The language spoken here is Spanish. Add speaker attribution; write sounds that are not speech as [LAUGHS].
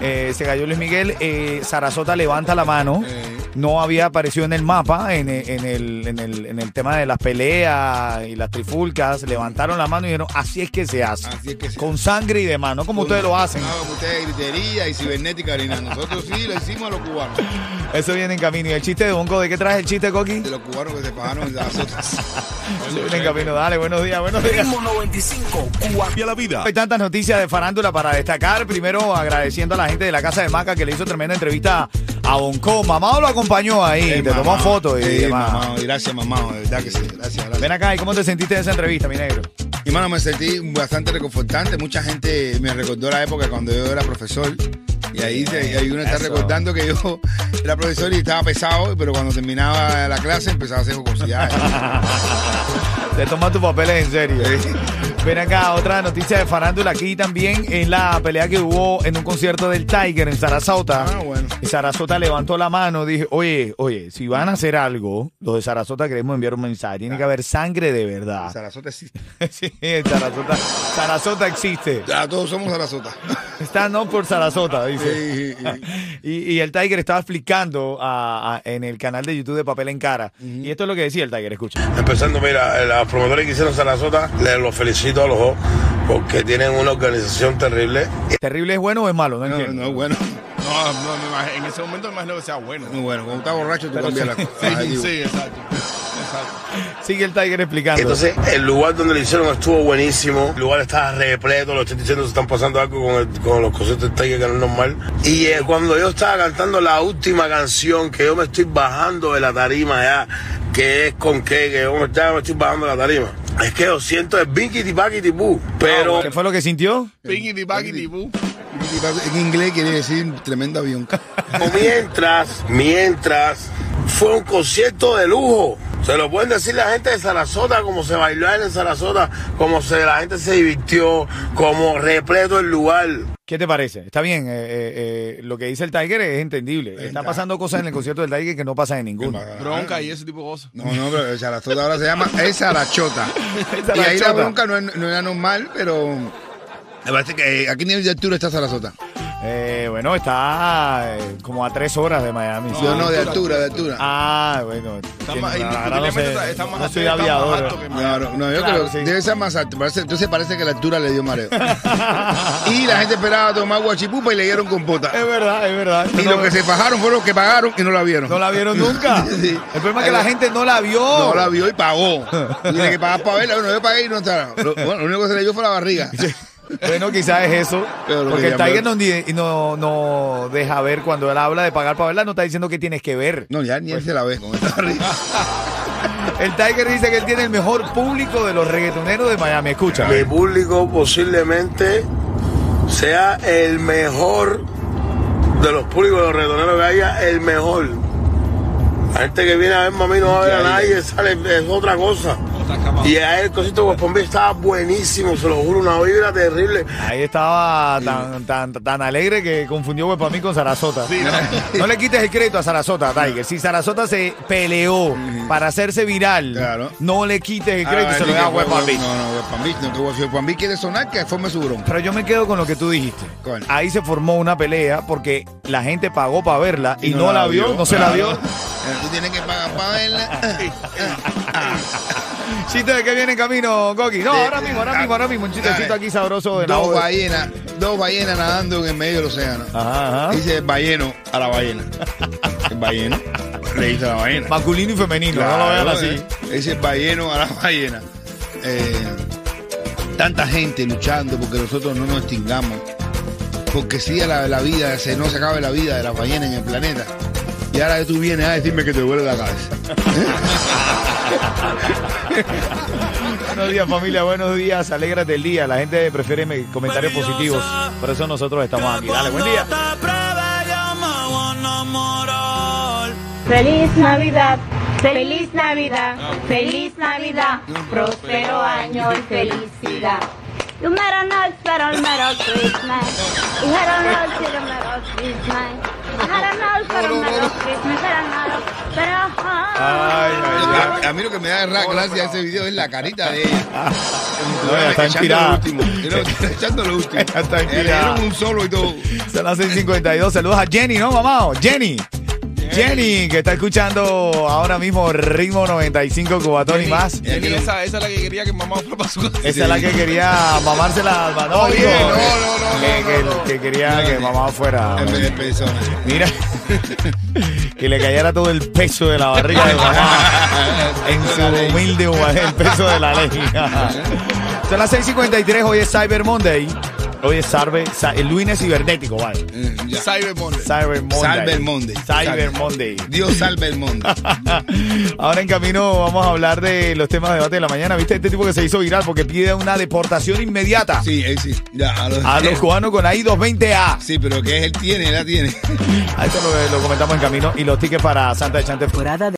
Speaker 1: Eh, se cayó Luis Miguel. Eh, Sarasota levanta la mano.
Speaker 2: Eh.
Speaker 1: No había aparecido en el mapa, en, e- en el, en, el, en el tema de las peleas y las trifulcas. Levantaron la mano y dijeron, así es que se hace.
Speaker 2: Así es que se-
Speaker 1: Con sangre y demás, no como ustedes lo hacen.
Speaker 2: No, como ustedes gritería y cibernética, harina. Nosotros sí lo hicimos a los cubanos.
Speaker 1: Eso viene en camino. ¿Y el chiste de Bonco? ¿De qué traes el chiste, Coqui?
Speaker 2: De los cubanos que se pagaron las otras.
Speaker 1: Eso viene en camino. Dale, buenos días, buenos días.
Speaker 3: Ritmo 95, Cubapia la vida.
Speaker 1: Hay tantas noticias de farándula para destacar. Primero agradeciendo a la gente de la Casa de Maca que le hizo tremenda entrevista a Bonco. Mamá lo acompañó ahí,
Speaker 2: Eh,
Speaker 1: te tomó
Speaker 2: mamá.
Speaker 1: fotos y
Speaker 2: Sí,
Speaker 1: demás.
Speaker 2: mamá, Gracias, mamá. De verdad que sí. Gracias, gracias.
Speaker 1: Ven acá, ¿y cómo te sentiste en esa entrevista, mi negro?
Speaker 2: Y mano, me sentí bastante reconfortante. Mucha gente me recordó la época cuando yo era profesor. Y ahí, se- ahí uno está
Speaker 1: Eso.
Speaker 2: recordando que yo era profesor y estaba pesado, pero cuando terminaba la clase empezaba a hacer
Speaker 1: [LAUGHS]
Speaker 2: jocosidades.
Speaker 1: Te tomas tus papeles en serio. Ven acá, otra noticia de farándula aquí también es la pelea que hubo en un concierto del Tiger en Sarasota.
Speaker 2: Ah, bueno.
Speaker 1: Y Sarasota levantó la mano, dije, oye, oye, si van a hacer algo, los de Sarasota queremos enviar un mensaje, tiene que haber sangre de verdad.
Speaker 2: Sarasota existe.
Speaker 1: [LAUGHS] sí, en Sarasota, Sarasota existe.
Speaker 2: Ya, todos somos
Speaker 4: [LAUGHS]
Speaker 2: Sarasota.
Speaker 1: Está no por Sarasota, dice.
Speaker 2: Sí, sí, sí.
Speaker 1: Y, y el Tiger estaba explicando a- a- en el canal de YouTube de Papel en Cara. Y esto es lo que decía el Tiger, escucha.
Speaker 5: Empezando, mira, eh, las promotoras que hicieron Sarasota, les los felicito a los dos, porque tienen una organización terrible.
Speaker 1: ¿Terrible es bueno o es malo? No
Speaker 2: No,
Speaker 1: entiendo.
Speaker 2: no, bueno.
Speaker 4: No, no, me imagino- en ese momento me imagino que sea bueno.
Speaker 2: Muy bueno. Cuando estás borracho, tú
Speaker 1: Pero
Speaker 2: cambias
Speaker 1: sí.
Speaker 2: la cosa.
Speaker 4: Sí,
Speaker 2: Ahí,
Speaker 4: sí, exacto. Exacto.
Speaker 1: Sigue el Tiger explicando.
Speaker 5: Entonces, el lugar donde lo hicieron estuvo buenísimo. El lugar está repleto, los estoy diciendo se están pasando algo con, el- con los conciertos de Tiger que no es normal. Y eh, cuando yo estaba cantando la última canción, que yo me estoy bajando de la tarima ya, que es con qué, que yo me, ya me estoy bajando de la tarima. Es que lo siento, es Binky Paquiti Boo, pero...
Speaker 1: ¿Qué fue lo que sintió?
Speaker 4: Pingity, baggy, boo.
Speaker 2: En inglés quiere decir tremendo
Speaker 4: [LAUGHS]
Speaker 2: avión.
Speaker 5: O mientras, mientras, fue un concierto de lujo. Se lo pueden decir la gente de Sarasota, como se bailó en Sarasota, como se, la gente se divirtió, como repleto el lugar.
Speaker 1: ¿Qué te parece? Está bien, eh, eh, eh, lo que dice el Tiger es entendible. Está pasando cosas en el concierto del Tiger que no pasan en ninguno.
Speaker 4: Bronca y ese tipo de cosas.
Speaker 2: No, no, pero el Sarachota ahora se llama El Sarachota.
Speaker 4: [LAUGHS]
Speaker 2: y ahí la
Speaker 1: Sarachota.
Speaker 2: bronca no, es- no era normal, pero. Me parece que eh, ¿a qué nivel de altura está Sarasota?
Speaker 1: Eh, bueno, está eh, como a tres horas de Miami.
Speaker 2: Yo no, de altura, de altura.
Speaker 1: Ah, bueno.
Speaker 4: Está
Speaker 1: que
Speaker 4: más-
Speaker 1: no, ahora no,
Speaker 4: indiscutiblemente
Speaker 1: sé,
Speaker 4: está- está más
Speaker 1: no
Speaker 4: alto,
Speaker 1: soy
Speaker 4: está más
Speaker 1: aviador.
Speaker 4: alto que-
Speaker 2: Claro, no, yo
Speaker 1: Claro,
Speaker 2: creo
Speaker 1: sí.
Speaker 2: debe ser más alto. Parece- entonces parece que la altura le dio mareo. y la gente esperaba tomar guachipupa y le dieron compota.
Speaker 1: [LAUGHS] Es verdad, es verdad.
Speaker 2: Y
Speaker 1: No-
Speaker 2: los que se fajaron fueron los que pagaron y no la vieron.
Speaker 1: No la vieron nunca.
Speaker 2: [LAUGHS] Sí.
Speaker 1: El problema es que la gente no la vio.
Speaker 2: No la vio y
Speaker 1: [LAUGHS]
Speaker 2: pagó. Tiene que pagar para verla. Bueno, yo pagué y no estaba. Lo- Bueno, lo único que se le dio fue la barriga.
Speaker 1: Bueno, quizás es
Speaker 2: [LAUGHS]
Speaker 1: eso.
Speaker 2: Pero lo
Speaker 1: porque
Speaker 2: que
Speaker 1: el
Speaker 2: llamó-
Speaker 1: Tiger no, di- no, no deja ver cuando él habla de pagar para verla, no está diciendo que tienes que ver.
Speaker 2: No, ya ni él se la ve con esta
Speaker 1: [LAUGHS]
Speaker 2: barriga.
Speaker 1: El Tiger dice que él tiene el mejor público de los reggaetoneros de Miami. Escucha.
Speaker 5: Mi público posiblemente sea el mejor de los públicos de los redoneros que haya, el mejor. La gente que viene a ver mami no va a ver a nadie, sale, es otra cosa. Y a él, cosito Guapombí estaba buenísimo, se lo juro, una vibra terrible.
Speaker 1: Ahí estaba tan, tan, tan alegre que confundió Huepa mí con Sarasota. [LAUGHS] no. le quites el crédito a Sarasota, Tiger. Si Sarasota se peleó para hacerse viral,
Speaker 2: Claro.
Speaker 1: no le quites el
Speaker 2: Ah,
Speaker 1: crédito y se lo da pues, a Huepa mí.
Speaker 2: No, no, Huepa Mí. No, que Huepa- si Huepa Mí quiere sonar, que forme su bronca.
Speaker 1: Pero yo me quedo con lo que tú dijiste.
Speaker 2: ¿Cuál?
Speaker 1: Ahí se formó una pelea porque la gente pagó para verla y, no, la, vio, no se la
Speaker 2: Claro.
Speaker 1: vio.
Speaker 2: Eh, Tú tienes que pagar para
Speaker 1: [LAUGHS]
Speaker 2: verla. Ah,
Speaker 1: Chiste de que viene en camino, Goki. No,
Speaker 2: De-
Speaker 1: ahora mismo, ahora
Speaker 2: ah,
Speaker 1: mismo, ahora mismo. Un chistecito
Speaker 2: dale.
Speaker 1: aquí sabroso de la
Speaker 2: Dos
Speaker 1: voz.
Speaker 2: ballenas, dos ballenas nadando en el medio del océano.
Speaker 1: Ah. Ajá, ajá.
Speaker 2: Dice el balleno a la
Speaker 1: [LAUGHS]
Speaker 2: ballena. El balleno le dice a la ballena.
Speaker 1: Masculino y femenino, no lo vean
Speaker 2: Claro,
Speaker 1: así.
Speaker 2: eh. Ese es balleno a la ballena. Eh, tanta gente luchando porque nosotros no nos extingamos. Porque si la, la vida, se, no se acabe la vida de las ballenas en el planeta. Y ahora tú vienes a decirme que te duele la cabeza.
Speaker 1: Buenos días, familia, buenos días. Alégrate el día. La gente prefiere me- comentarios positivos. Por eso nosotros estamos aquí. Dale, buen día.
Speaker 6: Feliz Navidad, feliz Navidad, feliz Navidad, próspero año y felicidad. You merry noche, pero merry Christmas. You had a noche, pero merry Christmas. You had a noche, pero merry Christmas. Had a noche,
Speaker 1: Ay, ay, ay.
Speaker 2: A, a mí lo que me da ra- gracia ese video es la carita de ella.
Speaker 1: No, ella está
Speaker 2: Echando
Speaker 1: inspirada.
Speaker 2: lo último. Era- [LAUGHS] Echando lo último.
Speaker 1: Ella está
Speaker 2: Le
Speaker 1: inspirada.
Speaker 2: dieron un solo y todo.
Speaker 1: Son las 6:52. Saludos a Jenny, ¿no, mamá? Jenny. Jenny, que está escuchando ahora mismo Ritmo 95 Cubatón y más.
Speaker 4: Y esa, esa es la que quería que mamá fuera para su casa.
Speaker 1: Esa es la que quería mamársela al no,
Speaker 4: Oye,
Speaker 1: digo, que-
Speaker 4: no, no, no,
Speaker 1: que,
Speaker 4: no,
Speaker 1: que-
Speaker 4: no, no.
Speaker 1: que quería que mamá fuera.
Speaker 2: En vez de pezones.
Speaker 1: Mira, [LAUGHS] que le cayera todo el peso de la barriga de [LAUGHS] mamá en su humilde humana, el peso de la ley. Son las 6:53, hoy es Cyber Monday. Hoy es Sarve- Sa- el lunes cibernético, vale.
Speaker 2: Eh, ya.
Speaker 4: Cyber Monday.
Speaker 1: Cyber Monday.
Speaker 2: Cyber Monday.
Speaker 1: Cyber Monday. [LAUGHS]
Speaker 2: Dios salve el mundo.
Speaker 1: Ahora en camino vamos a hablar de los temas de debate de la mañana. ¿Viste este tipo que se hizo viral porque pide una deportación inmediata
Speaker 2: Sí, él sí. Ya, a los-
Speaker 1: a los cubanos con I220A?
Speaker 2: Sí, pero que él tiene, él la tiene.
Speaker 1: A eso lo, lo comentamos en camino. Y los tickets para Santa de Chante